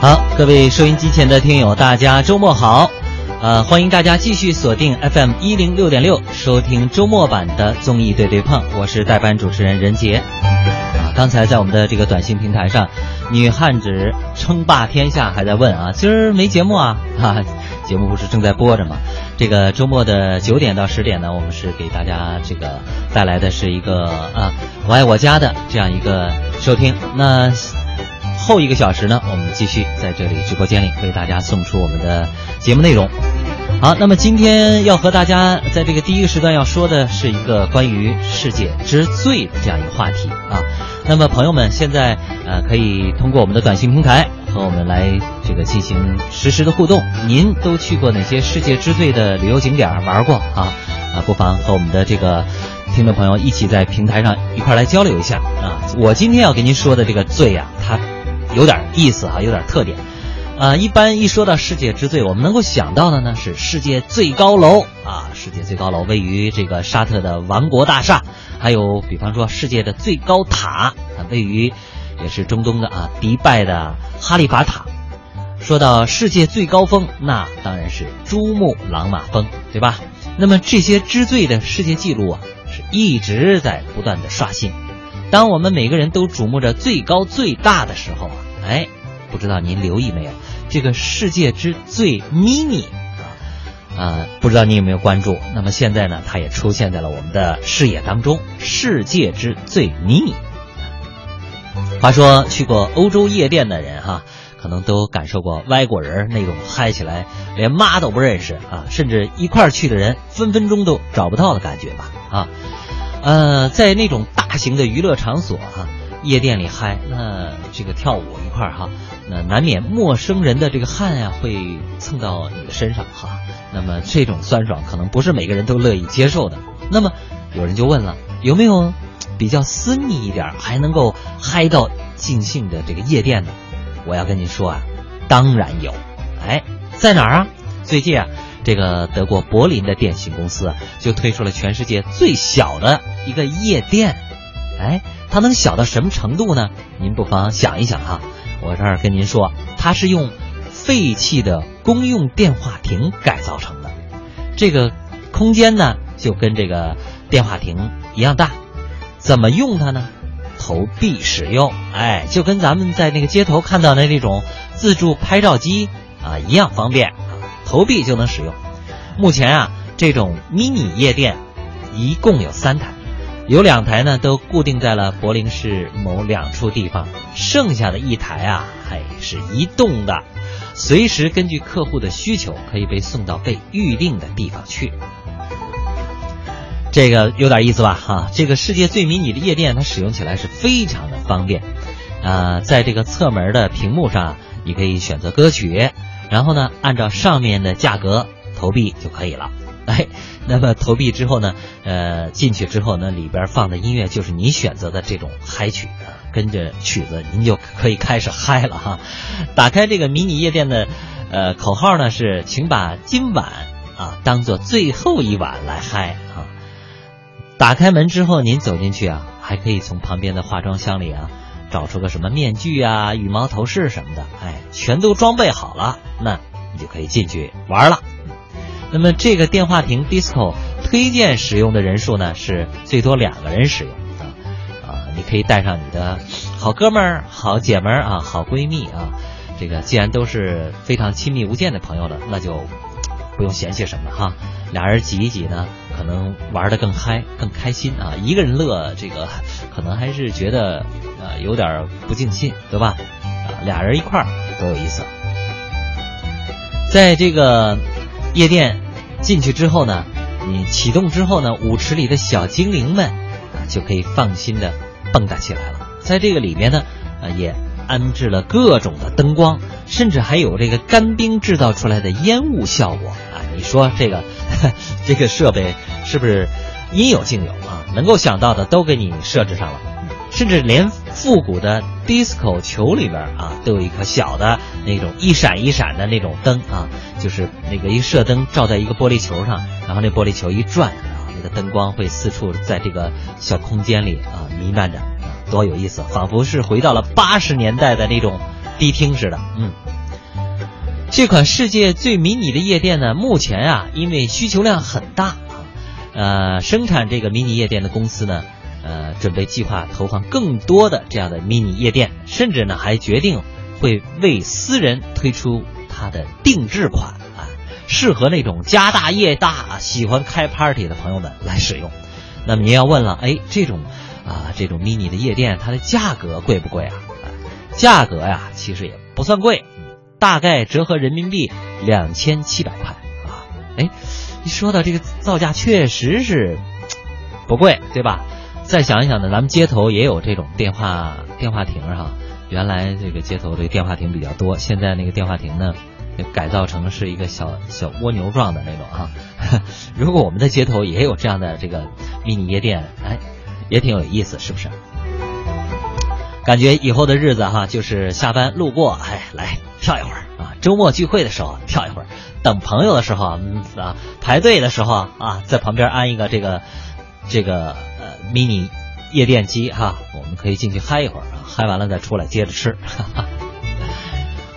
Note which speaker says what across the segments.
Speaker 1: 好，各位收音机前的听友，大家周末好！呃，欢迎大家继续锁定 FM 一零六点六，收听周末版的综艺对对碰，我是代班主持人任杰。啊，刚才在我们的这个短信平台上，女汉子称霸天下还在问啊，今儿没节目啊？ 哈、啊，节目不是正在播着吗？这个周末的九点到十点呢，我们是给大家这个带来的是一个啊，我爱我家的这样一个收听。那。后一个小时呢，我们继续在这里直播间里为大家送出我们的节目内容。好，那么今天要和大家在这个第一个时段要说的是一个关于世界之最的这样一个话题啊。那么朋友们现在呃可以通过我们的短信平台和我们来呃这个进行实时的互动。您都去过哪些世界之最的旅游景点儿玩过啊？啊，不妨和我们的这个听众朋友一起在平台上一块儿来交流一下啊。我今天要给您说的这个最呀、它有点意思哈、有点特点。啊，一般一说到世界之最，我们能够想到的呢是世界最高楼啊，世界最高楼位于这个沙特的王国大厦，还有比方说世界的最高塔啊，位于也是中东的啊迪拜的哈利法塔。说到世界最高峰，那当然是珠穆朗玛峰，对吧？那么这些之最的世界纪录啊，是一直在不断的刷新。当我们每个人都瞩目着最高最大的时候啊，哎，不知道您留意没有，这个世界之最 mini 啊，啊，不知道您有没有关注？那么现在呢，它也出现在了我们的视野当中，世界之最 mini。话说，去过欧洲夜店的人哈、可能都感受过外国人那种嗨起来连妈都不认识啊，甚至一块儿去的人分分钟都找不到的感觉吧啊。呃，在那种大型的娱乐场所哈、夜店里嗨，那这个跳舞一块儿哈、那难免陌生人的这个汗呀、会蹭到你的身上哈、那么这种酸爽可能不是每个人都乐意接受的。那么有人就问了，有没有比较私密一点儿还能够嗨到尽兴的这个夜店呢？我要跟您说啊，当然有。哎，在哪儿啊？最近啊，这个德国柏林的电信公司啊，就推出了全世界最小的一个夜店。哎，它能小到什么程度呢？您不妨想一想哈、我这儿跟您说，它是用废弃的公用电话亭改造成的。这个空间呢，就跟这个电话亭一样大。怎么用它呢？投币使用，哎，就跟咱们在那个街头看到的那种自助拍照机啊一样方便，啊投币就能使用。目前啊，这种 mini 夜店一共有三台，有两台呢都固定在了柏林市某两处地方，剩下的一台啊，还是移动的，随时根据客户的需求可以被送到被预定的地方去。这个有点意思吧？哈、这个世界最迷你的夜店，它使用起来是非常的方便。啊、在这个侧门的屏幕上，你可以选择歌曲，然后呢，按照上面的价格投币就可以了。 哎，那么投币之后呢，呃，进去之后呢，里边放的音乐就是你选择的这种嗨曲，呃跟着曲子您就可以开始嗨了哈。 打开这个迷你夜店的，呃，口号呢是，请把今晚啊当做最后一晚来嗨啊。打开门之后，您走进去啊，还可以从旁边的化妆箱里啊，找出个什么面具啊、羽毛头饰什么的，哎，全都装备好了，那你就可以进去玩了。那么这个电话亭 disco 推荐使用的人数呢是最多两个人使用啊啊，你可以带上你的好哥们儿、好姐们儿啊、好闺蜜啊，这个既然都是非常亲密无间的朋友了，那就不用嫌弃什么哈。俩人挤一挤呢，可能玩的更嗨、更开心啊。一个人乐，这个可能还是觉得呃有点儿不尽兴，对吧？啊，俩人一块儿多有意思。在这个夜店进去之后呢，你启动之后呢，舞池里的小精灵们啊就可以放心的蹦跶起来了。在这个里面呢，啊也安置了各种的灯光，甚至还有这个干冰制造出来的烟雾效果啊！你说这个 这个设备是不是应有尽有啊？能够想到的都给你设置上了。甚至连复古的 disco 球里边啊，都有一颗小的那种一闪一闪的那种灯啊，就是那个一射灯照在一个玻璃球上，然后那玻璃球一转啊，那个灯光会四处在这个小空间里啊弥漫着，啊多有意思！仿佛是回到了八十年代的那种迪厅似的。嗯，这款世界最迷你的夜店呢，目前啊，因为需求量很大啊，呃，生产这个迷你夜店的公司呢，呃，准备计划投放更多的这样的迷你夜店，甚至呢，还决定会为私人推出它的定制款啊，适合那种家大业大、啊、喜欢开 party 的朋友们来使用。那么您要问了，哎，这种啊，这种 mini 的夜店，它的价格贵不贵啊？啊价格呀、其实也不算贵，嗯大概折合人民币两千七百块啊。哎，一说到这个造价，确实是嘖不贵，对吧？再想一想呢，咱们街头也有这种电话电话亭哈、原来这个街头这个电话亭比较多，现在那个电话亭呢，改造成是一个小小蜗牛状的那种啊。 如果我们在街头也有这样的这个迷你夜店，哎，也挺有意思，是不是？感觉以后的日子哈、就是下班路过，哎，来跳一会儿啊；周末聚会的时候跳一会儿，等朋友的时候，嗯啊，排队的时候啊，在旁边安一个这个这个呃迷你夜店机哈、我们可以进去嗨一会儿啊，嗨完了再出来接着吃。 哈哈。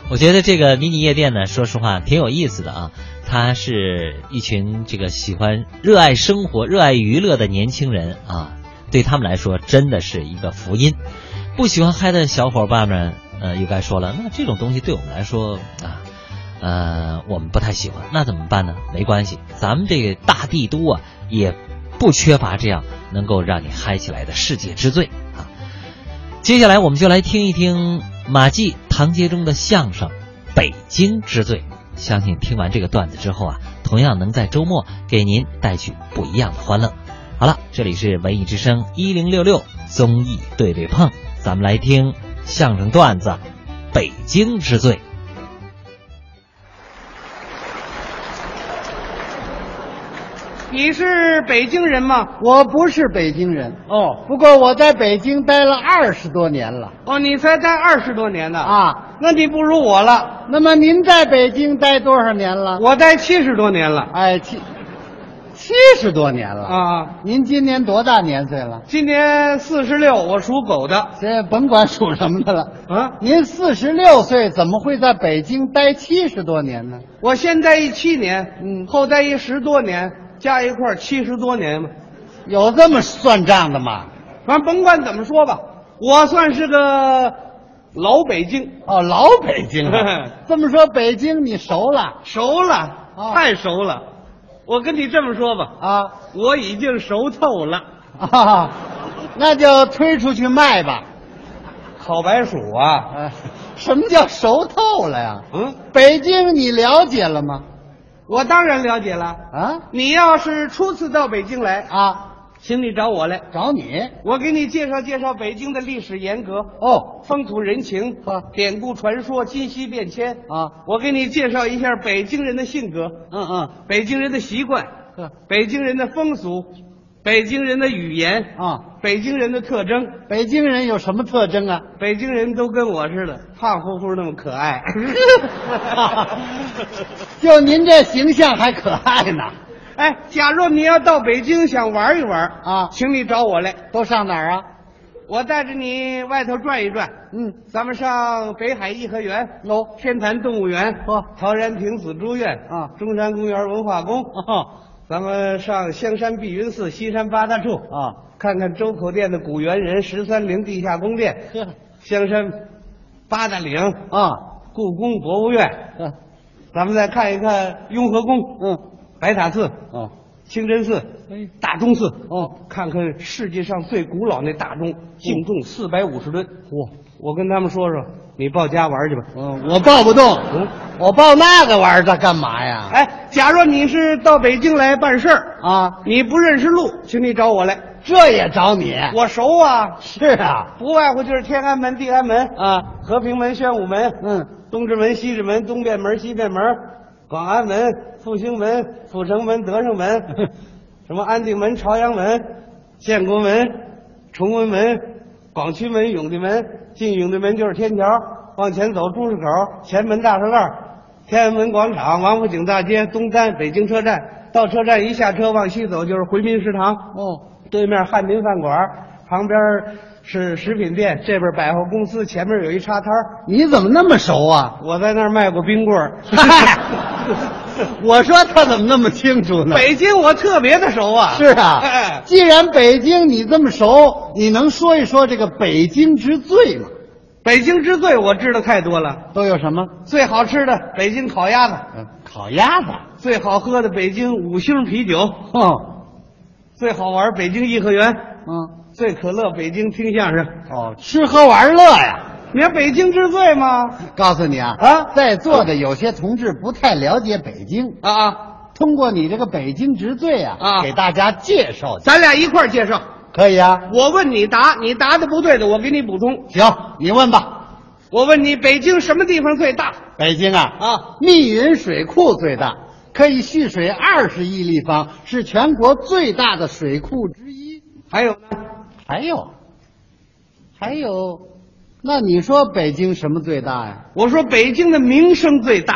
Speaker 1: 我觉得这个迷你夜店呢，说实话挺有意思的啊。它是一群这个喜欢、热爱生活、热爱娱乐的年轻人啊，对他们来说真的是一个福音。不喜欢嗨的小伙伴们，呃，又该说了，那这种东西对我们来说啊，呃，我们不太喜欢，那怎么办呢？没关系，咱们这个大帝都啊，也不缺乏这样能够让你嗨起来的世界之最啊。接下来我们就来听一听马季、唐杰忠的相声《北京之最》。相信听完这个段子之后啊，同样能在周末给您带去不一样的欢乐。好了，这里是文艺之声一零六六综艺对对碰，咱们来听相声段子《北京之最》。
Speaker 2: 你是北京人吗？
Speaker 3: 我不是北京人，
Speaker 2: 哦
Speaker 3: 不过我在北京待了二十多年了
Speaker 2: 哦，你才待二十多年呢！
Speaker 3: 啊。
Speaker 2: 那你不如我了，
Speaker 3: 那么您在北京待多少年了？
Speaker 2: 我待七十多年了
Speaker 3: 哎，七七十多年了。
Speaker 2: 啊！
Speaker 3: 您今年多大年岁了？
Speaker 2: 今年四十六，我属狗的
Speaker 3: 这甭管属什么的了。
Speaker 2: 啊！
Speaker 3: 您四十六岁，怎么会在北京待七十多年呢？
Speaker 2: 我先待一七年，
Speaker 3: 嗯
Speaker 2: 后待一十多年，加一块儿七十多年嘛。
Speaker 3: 有这么算账的吗？
Speaker 2: 反正甭管怎么说吧，我算是个老北京，
Speaker 3: 哦，老北 京了。这么说，北京你熟了
Speaker 2: 熟了，
Speaker 3: 哦
Speaker 2: 太熟了。我跟你这么说吧，
Speaker 3: 啊？
Speaker 2: 我已经熟透了。
Speaker 3: 啊，那就推出去卖吧。
Speaker 2: 烤白薯啊，
Speaker 3: 哎，什么叫熟透了呀？
Speaker 2: 嗯。
Speaker 3: 北京你了解了吗？
Speaker 2: 我当然了解了。
Speaker 3: 啊
Speaker 2: 你要是初次到北京来，
Speaker 3: 啊，
Speaker 2: 请你找我来，
Speaker 3: 找你
Speaker 2: 我给你介绍介绍北京的历史沿革、
Speaker 3: 哦
Speaker 2: 风土人情、
Speaker 3: 啊
Speaker 2: 典故传说、今夕变迁。
Speaker 3: 啊，
Speaker 2: 我给你介绍一下北京人的性格、
Speaker 3: 嗯嗯
Speaker 2: 北京人的习惯、
Speaker 3: 呵
Speaker 2: 北京人的风俗、北京人的语言、
Speaker 3: 啊，
Speaker 2: 北京人的特征。
Speaker 3: 北京人有什么特征啊？
Speaker 2: 北京人都跟我似的，胖乎乎那么可 爱。
Speaker 3: 就您这形象还可爱呢。
Speaker 2: 哎，假若你要到北京想玩一玩
Speaker 3: 啊
Speaker 2: 请你找我来。
Speaker 3: 都上哪儿啊？
Speaker 2: 我带着你外头转一转，
Speaker 3: 嗯，
Speaker 2: 咱们上北海颐和园、
Speaker 3: 有
Speaker 2: 天坛动物园、
Speaker 3: 嚯
Speaker 2: 陶然亭紫竹院
Speaker 3: 啊
Speaker 2: 中山公园文化宫，
Speaker 3: 哦
Speaker 2: 咱们上香山碧云寺、西山八大处，
Speaker 3: 啊，
Speaker 2: 看看周口店的古猿人、十三陵地下宫殿、
Speaker 3: 呵
Speaker 2: 香山八达岭、
Speaker 3: 啊，
Speaker 2: 故宫博物院，
Speaker 3: 呵
Speaker 2: 咱们再看一看雍和宫、
Speaker 3: 嗯
Speaker 2: 白塔寺、
Speaker 3: 哦
Speaker 2: 清真寺、
Speaker 3: 哎
Speaker 2: 大钟寺，
Speaker 3: 哦，
Speaker 2: 看看世界上最古老那大钟，净重四百五十吨。
Speaker 3: 我
Speaker 2: 我跟他们说说，你报家玩去吧。
Speaker 3: 嗯我抱不动，
Speaker 2: 嗯，
Speaker 3: 我抱那个玩意儿它干嘛呀？
Speaker 2: 哎，假若你是到北京来办事儿，
Speaker 3: 啊，
Speaker 2: 你不认识路，请你找我来，
Speaker 3: 这也找你？
Speaker 2: 我熟啊，
Speaker 3: 是啊
Speaker 2: 不外乎就是天安门、地安门、
Speaker 3: 啊，
Speaker 2: 和平门、宣武门、
Speaker 3: 嗯
Speaker 2: 东直门、西直门、东便门、西便门、广安门、复兴门、阜成门、德胜门，什么安定门、朝阳门、建国门、崇文门、广渠门、永定门，进永定门就是天桥，往前走朱市口、前门大栅栏。天安门广场、王府井大街、东单、北京车站，到车站一下车往西走就是回民食堂，
Speaker 3: 哦
Speaker 2: 对面汉民饭馆，旁边是食品店，这边百货公司前面有一茶摊儿
Speaker 3: 你怎么那么熟啊？
Speaker 2: 我在那儿卖过冰棍儿。
Speaker 3: 嗨，我说他怎么那么清楚 呢？
Speaker 2: 北京我特别的熟啊。
Speaker 3: 是啊
Speaker 2: 哎，，
Speaker 3: 既然北京你这么熟，你能说一说这个北京之最吗？
Speaker 2: 北京之最我知道太多了，
Speaker 3: 都有什么？
Speaker 2: 最好吃的北京呃烤鸭子，
Speaker 3: 嗯，烤鸭子。
Speaker 2: 最好喝的北京五星啤酒，
Speaker 3: 哦，
Speaker 2: 最好玩北京颐和园，
Speaker 3: 嗯，
Speaker 2: 最可乐北京听相声。
Speaker 3: 哦，吃喝玩乐呀。
Speaker 2: 你看北京之最吗？
Speaker 3: 告诉你啊，
Speaker 2: 啊
Speaker 3: 在座的有些同志不太了解北京，
Speaker 2: 啊啊，
Speaker 3: 通过你这个北京之最啊，
Speaker 2: 啊
Speaker 3: 给大家介绍一下，
Speaker 2: 咱俩一块儿介绍。
Speaker 3: 可以啊？
Speaker 2: 我问你答，你答的不对的，我给你补充。
Speaker 3: 行，你问吧。
Speaker 2: 我问你，北京什么地方最大？
Speaker 3: 北京啊，
Speaker 2: 啊，
Speaker 3: 密云水库最大，可以蓄水二十亿立方，是全国最大的水库之一。
Speaker 2: 还有呢？
Speaker 3: 还有，还有，那你说北京什么最大呀？
Speaker 2: 我说北京的名声最大。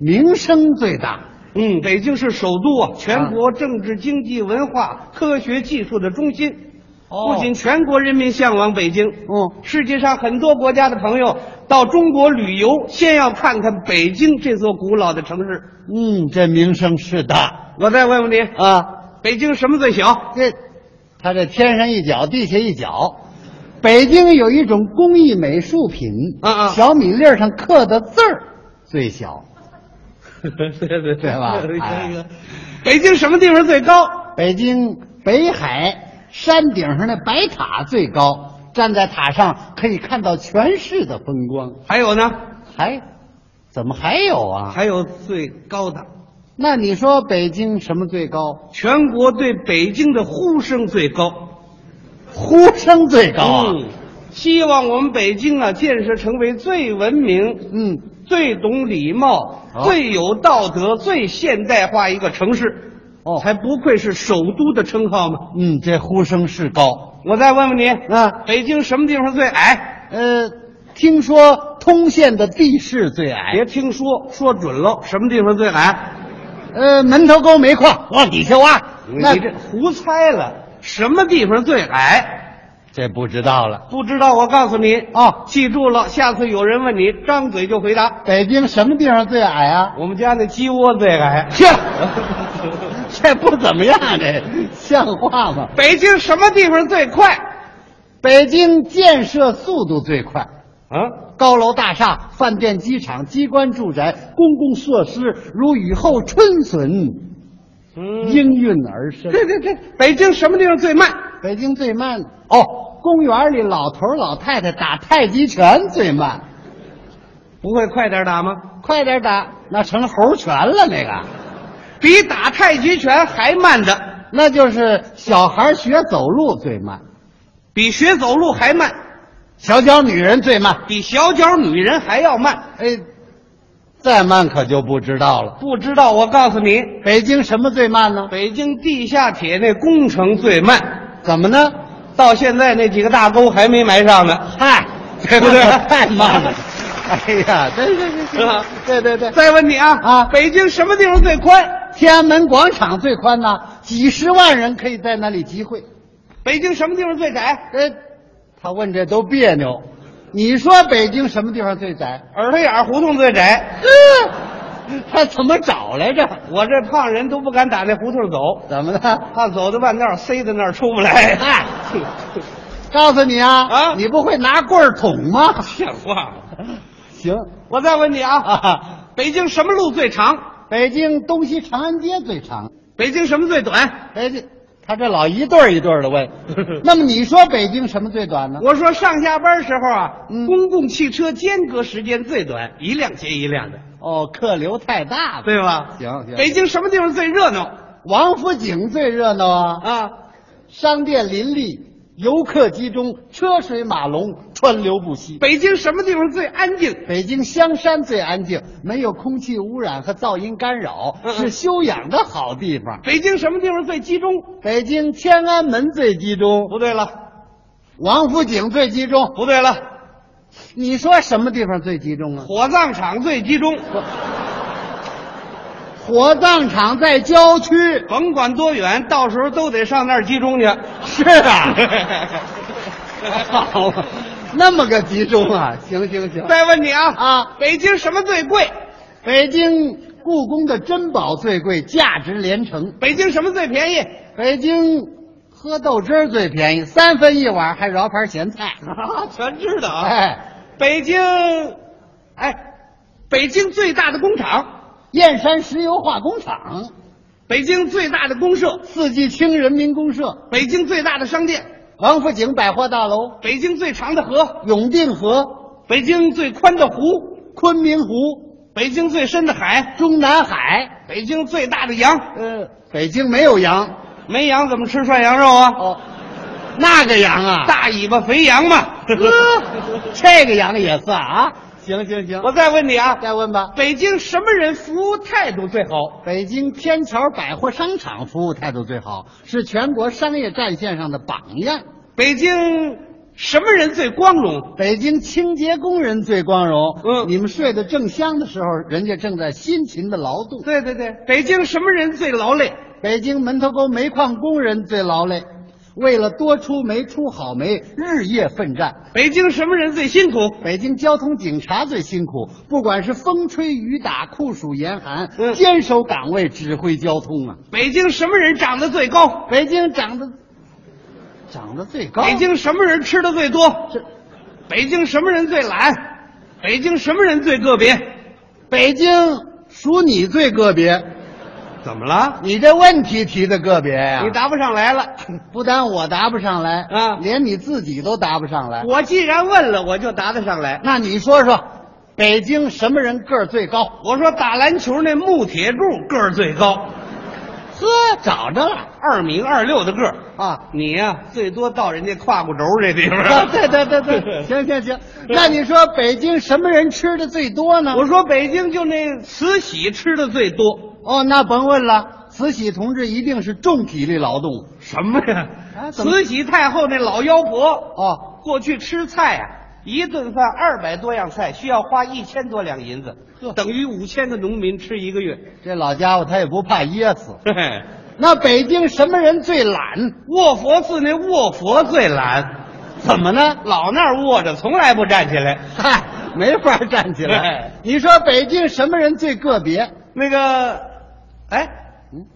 Speaker 3: 名声最大。
Speaker 2: 嗯，北京是首都啊，全国政治、经济、文化、科学技术的中心。
Speaker 3: 哦
Speaker 2: 不仅全国人民向往北京，
Speaker 3: 嗯，
Speaker 2: 世界上很多国家的朋友到中国旅游，先要看看北京这座古老的城市。
Speaker 3: 嗯，这名声是大
Speaker 2: 我再问问你，
Speaker 3: 啊。
Speaker 2: 北京什么最小？
Speaker 3: 这，他这天上一脚，地下一脚。北京有一种工艺美术品，
Speaker 2: 啊啊
Speaker 3: 小米粒儿上刻的字儿最小。
Speaker 2: 对对
Speaker 3: 对 吧哎
Speaker 2: 北京什么地方最高？
Speaker 3: 北京北海山顶上的白塔最高，站在塔上可以看到全市的风光。
Speaker 2: 还有呢？
Speaker 3: 还怎么还有啊？
Speaker 2: 还有最高的，
Speaker 3: 那你说北京什么最高？
Speaker 2: 全国对北京的呼声最高。
Speaker 3: 呼声最高啊！
Speaker 2: 嗯希望我们北京啊，建设成为最文明、
Speaker 3: 嗯，
Speaker 2: 最懂礼貌、
Speaker 3: 哦
Speaker 2: 最有道德、最现代化一个城市。
Speaker 3: 哦
Speaker 2: 才不愧是首都的称号嘛！
Speaker 3: 嗯，这呼声是高。
Speaker 2: 我再问问你，
Speaker 3: 啊，
Speaker 2: 北京什么地方最矮？
Speaker 3: 呃，听说通县的地势最
Speaker 2: 别
Speaker 3: 矮，
Speaker 2: 听说，说准喽，什么地方最矮？
Speaker 3: 呃，门头沟煤矿往底下挖，那
Speaker 2: 你这胡猜了，什么地方最矮？
Speaker 3: 这不知道了
Speaker 2: 不知道，我告诉你，
Speaker 3: 啊。
Speaker 2: 记住了，下次有人问你，张嘴就回答。
Speaker 3: 北京什么地方最矮啊？
Speaker 2: 我们家那鸡窝最矮。
Speaker 3: 这这不怎么样，这像话吗？
Speaker 2: 北京什么地方最快？
Speaker 3: 北京建设速度最快，
Speaker 2: 啊，
Speaker 3: 高楼大厦、饭店、机场、机关住宅、公共设施如雨后春笋，
Speaker 2: 嗯，
Speaker 3: 应运而生。
Speaker 2: 对对对，北京什么地方最慢？
Speaker 3: 北京最慢哦，公园里老头老太太打太极拳最慢，
Speaker 2: 不会快点打吗？
Speaker 3: 快点打，那成猴拳了那个，
Speaker 2: 比打太极拳还慢的，
Speaker 3: 那就是小孩学走路最慢，
Speaker 2: 比学走路还慢，
Speaker 3: 小脚女人最慢。
Speaker 2: 比小脚女人还要慢。
Speaker 3: 哎，再慢可就不知道了。
Speaker 2: 不知道，我告诉你，
Speaker 3: 北京什么最慢呢？
Speaker 2: 北京地下铁那工程最慢，
Speaker 3: 怎么呢？
Speaker 2: 到现在那几个大沟还没埋上呢。
Speaker 3: 嗨，
Speaker 2: 对不对
Speaker 3: 太慢了。哎呀，对对对
Speaker 2: 是吧
Speaker 3: 对对对，
Speaker 2: 再问你啊
Speaker 3: 啊
Speaker 2: 北京什么地方最宽？
Speaker 3: 天安门广场最宽呐，几十万人可以在那里集会。
Speaker 2: 北京什么地方最窄？
Speaker 3: 哎，他问这都别扭。你说北京什么地方最窄？
Speaker 2: 耳朵眼儿胡同最窄。
Speaker 3: 呵，他怎么找来着？
Speaker 2: 我这胖人都不敢打那胡同走，
Speaker 3: 怎么了？
Speaker 2: 怕走到半道儿塞在那儿出不来。
Speaker 3: 嗨，哎告诉你啊，
Speaker 2: 啊
Speaker 3: 你不会拿棍儿捅吗？
Speaker 2: 像话吗？
Speaker 3: 行
Speaker 2: 我再问你啊，
Speaker 3: 啊，
Speaker 2: 北京什么路最长？
Speaker 3: 北京东西长安街最长。
Speaker 2: 北京什么最短？
Speaker 3: 哎，这他这老一对儿一对儿的 问。那么你说北京什么最短呢？
Speaker 2: 我说上下班时候啊，
Speaker 3: 嗯
Speaker 2: 公共汽车间隔时间最短，一辆接一辆的，
Speaker 3: 哦，客流太大了。
Speaker 2: 对吧？
Speaker 3: 行行
Speaker 2: 北京什么地方最热闹
Speaker 3: 王府井最热闹啊，
Speaker 2: 啊？
Speaker 3: 商店林立，游客集中，车水马龙，川流不息。
Speaker 2: 北京什么地方最安静？
Speaker 3: 北京香山最安静，没有空气污染和噪音干扰，
Speaker 2: 嗯嗯
Speaker 3: 是休养的好地方。
Speaker 2: 北京什么地方最集中？
Speaker 3: 北京天安门最集中，
Speaker 2: 不对了，
Speaker 3: 王府井最集中。
Speaker 2: 不对了，
Speaker 3: 你说什么地方最集中啊？
Speaker 2: 火葬场最集中，
Speaker 3: 火葬场在郊区。
Speaker 2: 甭管多远，到时候都得上那儿集中去。
Speaker 3: 是啊。好， 那么个集中啊！行行行，
Speaker 2: 再问你啊
Speaker 3: 啊
Speaker 2: 北京什么最贵？
Speaker 3: 北京故宫的珍宝最贵，价值连城。
Speaker 2: 北京什么最便宜？
Speaker 3: 北京喝豆汁儿最便宜，三分一碗还饶盘咸菜。
Speaker 2: 全知道啊！
Speaker 3: 哎，
Speaker 2: 北京，哎，北京最大的工厂，
Speaker 3: 燕山石油化工厂，
Speaker 2: 北京最大的公社，
Speaker 3: 四季青人民公社，
Speaker 2: 北京最大的商店，
Speaker 3: 王府井百货大楼，
Speaker 2: 北京最长的河，
Speaker 3: 永定河，
Speaker 2: 北京最宽的湖，
Speaker 3: 昆明湖，
Speaker 2: 北京最深的海，
Speaker 3: 中南海。
Speaker 2: 北京最大的羊，
Speaker 3: 呃，北京没有羊
Speaker 2: 没羊怎么吃涮羊肉啊？
Speaker 3: 哦，那个羊啊，
Speaker 2: 大尾巴肥羊 嘛。
Speaker 3: 呵，这个羊也算啊。行行行
Speaker 2: 我再问你啊，
Speaker 3: 再问吧。
Speaker 2: 北京什么人服务态度最好？
Speaker 3: 北京天桥百货商场服务态度最好，是全国商业战线上的榜样。
Speaker 2: 北京什么人最光荣？
Speaker 3: 北京清洁工人最光荣。
Speaker 2: 嗯
Speaker 3: 你们睡得正香的时候，人家正在辛勤的劳动。
Speaker 2: 对对对，北京什么人最劳累？
Speaker 3: 北京门头沟煤矿工人最劳累，为了多出煤、出好煤，日夜奋战。
Speaker 2: 北京什么人最辛苦？
Speaker 3: 北京交通警察最辛苦，不管是风吹雨打、酷暑严寒，
Speaker 2: 嗯
Speaker 3: 坚守岗位，指挥交通啊。
Speaker 2: 北京什么人长得最高？
Speaker 3: 北京长得长得最高，
Speaker 2: 北京什么人吃的最多？
Speaker 3: 这
Speaker 2: 北京什么人最懒？北京什么人最个别？
Speaker 3: 北京属你最个别，
Speaker 2: 怎么了？哎
Speaker 3: 你这问题提的个别呀、
Speaker 2: 你答不上来 了。
Speaker 3: 不但我答不上来
Speaker 2: 啊
Speaker 3: 连你自己都答不上来。
Speaker 2: 我既然问了，我就答得上来。
Speaker 3: 那你说说，北京什么人个儿最高？
Speaker 2: 我说打篮球那穆铁柱个儿最高，
Speaker 3: 呵，找着了
Speaker 2: 二米二六的个儿。
Speaker 3: 啊！
Speaker 2: 你呀、最多到人家胯骨轴这地方。
Speaker 3: 啊， 对对对对， 行行行。那你说北京什么人吃的最多呢？
Speaker 2: 我说北京就那慈禧吃的最多。
Speaker 3: 哦，那甭问了，慈禧同志一定是重体力劳动。
Speaker 2: 什么呀？
Speaker 3: 啊怎么
Speaker 2: 慈禧太后那老妖婆，
Speaker 3: 哦，
Speaker 2: 过去吃菜啊，一顿饭二百多样菜，需要花一千多两银子
Speaker 3: 呵，
Speaker 2: 等于五千个农民吃一个月。
Speaker 3: 这老家伙他也不怕噎死。
Speaker 2: 嘿嘿，
Speaker 3: 那北京什么人最懒？
Speaker 2: 卧佛寺那卧佛最懒，
Speaker 3: 怎么呢？
Speaker 2: 老那儿卧着，从来不站起来。
Speaker 3: 嗨， 没法站起来
Speaker 2: 哎。
Speaker 3: 你说北京什么人最个别？
Speaker 2: 那个，哎，
Speaker 3: 嗯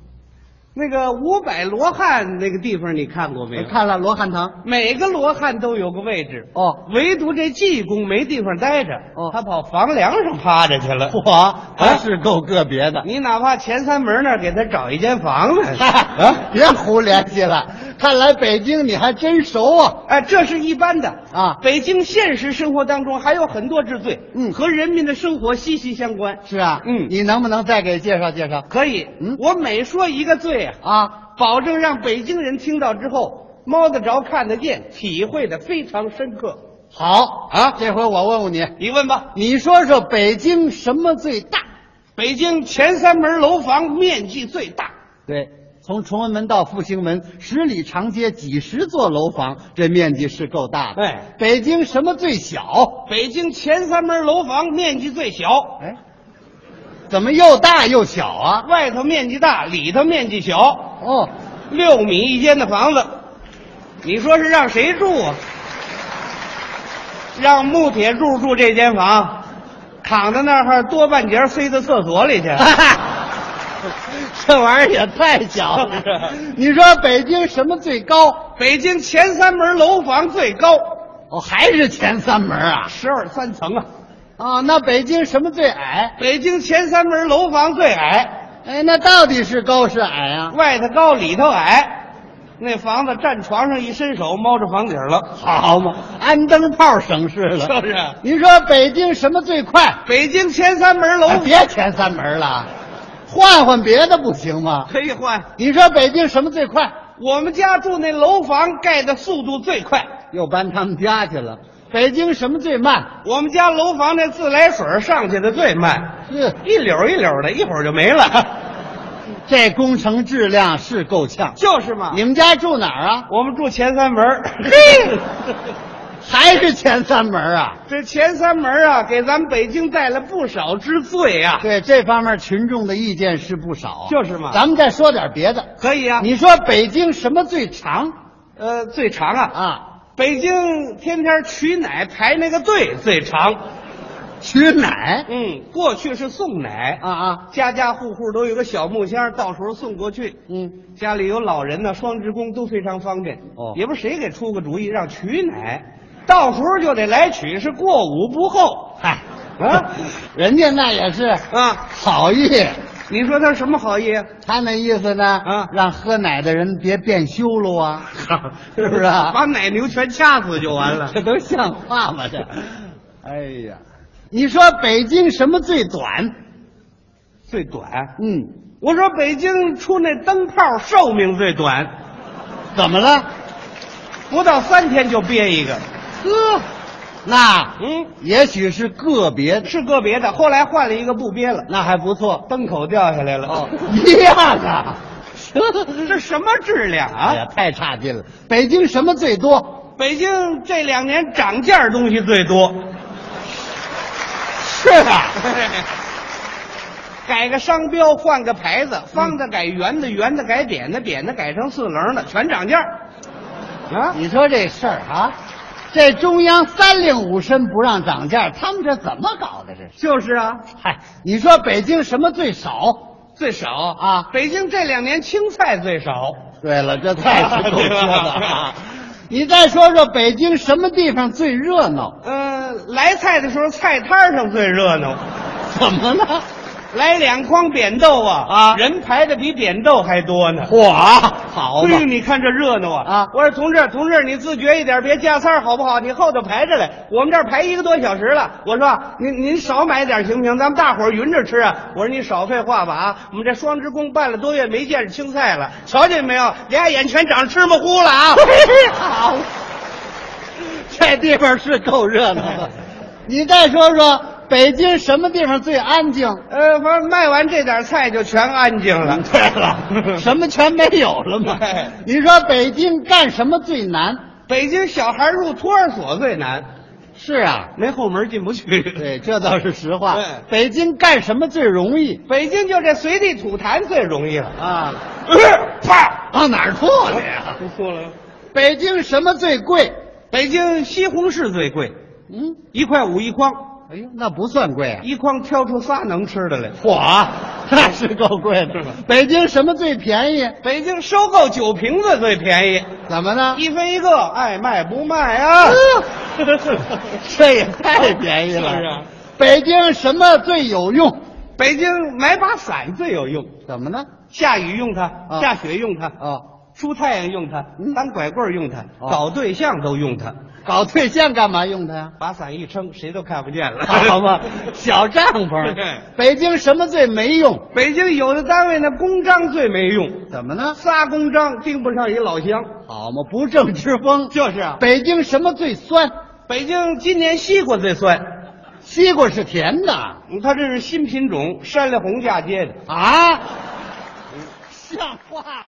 Speaker 2: 那个五百罗汉那个地方你看过没有？
Speaker 3: 我看了罗汉堂。
Speaker 2: 每个罗汉都有个位置，
Speaker 3: 哦，
Speaker 2: 唯独这济公没地方待着，
Speaker 3: 哦
Speaker 2: 他跑房梁上趴着去了。
Speaker 3: 我还啊是够个别 的。
Speaker 2: 你哪怕前三门那儿给他找一间房呢。
Speaker 3: 嗨
Speaker 2: 啊，
Speaker 3: 别胡联系了。看来北京你还真熟啊。
Speaker 2: 哎，这是一般的
Speaker 3: 啊
Speaker 2: 北京现实生活当中还有很多之最，
Speaker 3: 嗯
Speaker 2: 和人民的生活息息相关。
Speaker 3: 是啊，
Speaker 2: 嗯
Speaker 3: 你能不能再给介绍介绍
Speaker 2: 可以，
Speaker 3: 嗯
Speaker 2: 我每说一个罪啊，
Speaker 3: 啊？
Speaker 2: 保证让北京人听到之后，摸得着、看得见，体会的非常深刻。
Speaker 3: 好啊，这回我问问你，
Speaker 2: 你问吧，
Speaker 3: 你说说北京什么最大？
Speaker 2: 北京前三门楼房面积最大，
Speaker 3: 对，从崇文门到复兴门，十里长街几十座楼房，这面积是够大的。
Speaker 2: 哎，
Speaker 3: 北京什么最小？
Speaker 2: 北京前三门楼房面积最小，
Speaker 3: 哎，怎么又大又小啊？
Speaker 2: 外头面积大，里头面积小。
Speaker 3: 哦，
Speaker 2: 六米一间的房子，你说是让谁住啊？让穆铁柱住这间房，躺在那儿多半截塞到厕所里去。
Speaker 3: 啊这玩意儿也太小了。你说北京什么最高？
Speaker 2: 北京前三门楼房最高，
Speaker 3: 哦，还是前三门啊？
Speaker 2: 十二三层啊。
Speaker 3: 啊，那北京什么最矮？
Speaker 2: 北京前三门楼房最矮，
Speaker 3: 哎，那到底是高是矮啊？
Speaker 2: 外头高里头矮，那房子站床上一伸手，猫着房顶了，
Speaker 3: 好嘛，安灯泡省事
Speaker 2: 是
Speaker 3: 了。
Speaker 2: 不是？
Speaker 3: 您说北京什么最快？
Speaker 2: 北京前三门楼
Speaker 3: 哎别前三门了，换换别的不行吗？
Speaker 2: 可以换，
Speaker 3: 你说北京什么最快？
Speaker 2: 我们家住那楼房盖的速度最快。
Speaker 3: 又搬他们家去了。北京什么最慢？
Speaker 2: 我们家楼房那自来水上去的最慢，
Speaker 3: 这
Speaker 2: 一绺一绺的，一会儿就没了。
Speaker 3: 这工程质量是够呛。
Speaker 2: 就是嘛
Speaker 3: 你们家住哪儿啊？
Speaker 2: 我们住前三门儿，
Speaker 3: 还是前三门啊？
Speaker 2: 这前三门儿啊，给咱们北京带来不少之最啊。
Speaker 3: 对这方面群众的意见是不少啊，
Speaker 2: 就是嘛
Speaker 3: 咱们再说点别的。
Speaker 2: 可以啊，
Speaker 3: 你说北京什么最长
Speaker 2: 呃最长啊，
Speaker 3: 啊？
Speaker 2: 北京天天取奶排那个队最长。
Speaker 3: 取奶
Speaker 2: 嗯，过去是送奶
Speaker 3: 啊，啊，
Speaker 2: 家家户户都有个小木箱，到时候送过去。
Speaker 3: 嗯，
Speaker 2: 家里有老人呢，双职工都非常方便。
Speaker 3: 哦
Speaker 2: 也不谁给出个主意让取奶，到时候就得来取，是过午不候。
Speaker 3: 嗨，
Speaker 2: 啊
Speaker 3: 人家那也是
Speaker 2: 啊，
Speaker 3: 好意，
Speaker 2: 你说他什么好意啊？
Speaker 3: 他那意思呢，
Speaker 2: 啊
Speaker 3: 让喝奶的人别变修路啊， 是不是啊？
Speaker 2: 把奶牛全掐死就完了。
Speaker 3: 这都像话吗？这，哎呀，你说北京什么最短？
Speaker 2: 最短，
Speaker 3: 嗯，
Speaker 2: 我说北京出那灯泡寿命最短，
Speaker 3: 怎么了？
Speaker 2: 不到三天就憋一个。
Speaker 3: 呵，那
Speaker 2: 嗯，
Speaker 3: 也许是个别的，
Speaker 2: 是个别的，后来换了一个不憋了，
Speaker 3: 那还不错。
Speaker 2: 灯口掉下来了。
Speaker 3: 哦， 一样 啊。
Speaker 2: 这什么质量
Speaker 3: 哎呀
Speaker 2: 啊？，
Speaker 3: 太差劲了！北京什么最多？
Speaker 2: 北京这两年涨价东西最多，
Speaker 3: 是啊，
Speaker 2: 改个商标，换个牌子，方的改圆的，圆的改扁的，扁的改成四棱的，全涨价。啊，
Speaker 3: 你说这事儿啊，这中央三令五申不让涨价，他们这怎么搞的？这是？
Speaker 2: 就是啊，
Speaker 3: 嗨，你说北京什么最少？
Speaker 2: 最少
Speaker 3: 啊
Speaker 2: 北京这两年青菜最少，
Speaker 3: 对了，这太是够
Speaker 2: 对
Speaker 3: 说
Speaker 2: 吧
Speaker 3: 的啊！你再说说北京什么地方最热闹？
Speaker 2: 呃，来菜的时候菜摊上最热闹，
Speaker 3: 怎么了？
Speaker 2: 来两筐扁豆啊
Speaker 3: 啊
Speaker 2: 人排的比扁豆还多呢。
Speaker 3: 火啊好
Speaker 2: 哎
Speaker 3: 嘛
Speaker 2: 呦，！你看这热闹啊！
Speaker 3: 啊
Speaker 2: 我说同志，同志，你自觉一点，别加塞儿好不好？你后头排着来，我们这儿排一个多小时了。我说您您少买点行不行？咱们大伙儿匀着吃啊！我说你少废话吧啊！我们这双职工半个多月没见着青菜了，瞧见没有？俩眼全长芝麻糊了 啊！
Speaker 3: 好， 这地方是够热闹的。 你再说说北京什么地方最安 静？
Speaker 2: 呃，反正卖完这点菜就全安静了。
Speaker 3: 对了，什么全没有了嘛
Speaker 2: 哎？
Speaker 3: 你说北京干什么最难？
Speaker 2: 北京小孩入托儿所最难，
Speaker 3: 是啊，
Speaker 2: 没后门进不去。
Speaker 3: 对，这倒是实话
Speaker 2: 对。
Speaker 3: 北京干什么最容易
Speaker 2: 北京就这随地吐痰最容易了。
Speaker 3: 啊？
Speaker 2: 啪，
Speaker 3: 往哪儿吐去 呀？
Speaker 2: 不错了。
Speaker 3: 北京什么最贵？
Speaker 2: 北京西红柿最贵，
Speaker 3: 嗯，
Speaker 2: 一块五一筐，
Speaker 3: 哎呦，那不算贵啊。
Speaker 2: 一筐挑出仨能吃的来。
Speaker 3: 火，那是够贵的。北京什么最便宜？
Speaker 2: 北京收购酒瓶子最便宜，
Speaker 3: 怎么呢？
Speaker 2: 一分一个，爱卖不卖啊？
Speaker 3: 这也太便宜了。
Speaker 2: 是啊
Speaker 3: 北京什么最有用？
Speaker 2: 北京买把伞最有用，
Speaker 3: 怎么呢？
Speaker 2: 下雨用它，
Speaker 3: 啊
Speaker 2: 下雪用它，
Speaker 3: 哦，
Speaker 2: 出太阳用它
Speaker 3: 嗯，
Speaker 2: 当拐棍儿用它，
Speaker 3: 哦
Speaker 2: 搞对象都用它。
Speaker 3: 搞对象干嘛用 它呀？
Speaker 2: 把伞一撑，谁都看不见了。
Speaker 3: 啊好嘛，小 帐
Speaker 2: 对
Speaker 3: 篷。北京什么最没用？
Speaker 2: 北京有的单位那公章最没用，
Speaker 3: 怎么呢？
Speaker 2: 仨公章钉不上一老乡。
Speaker 3: 好嘛，不正之风。
Speaker 2: 就是啊，
Speaker 3: 北京什么最酸？
Speaker 2: 北京今年西瓜最酸，嗯
Speaker 3: 西瓜是甜的
Speaker 2: 它这是新品种，山里红嫁接的。
Speaker 3: 啊，像话。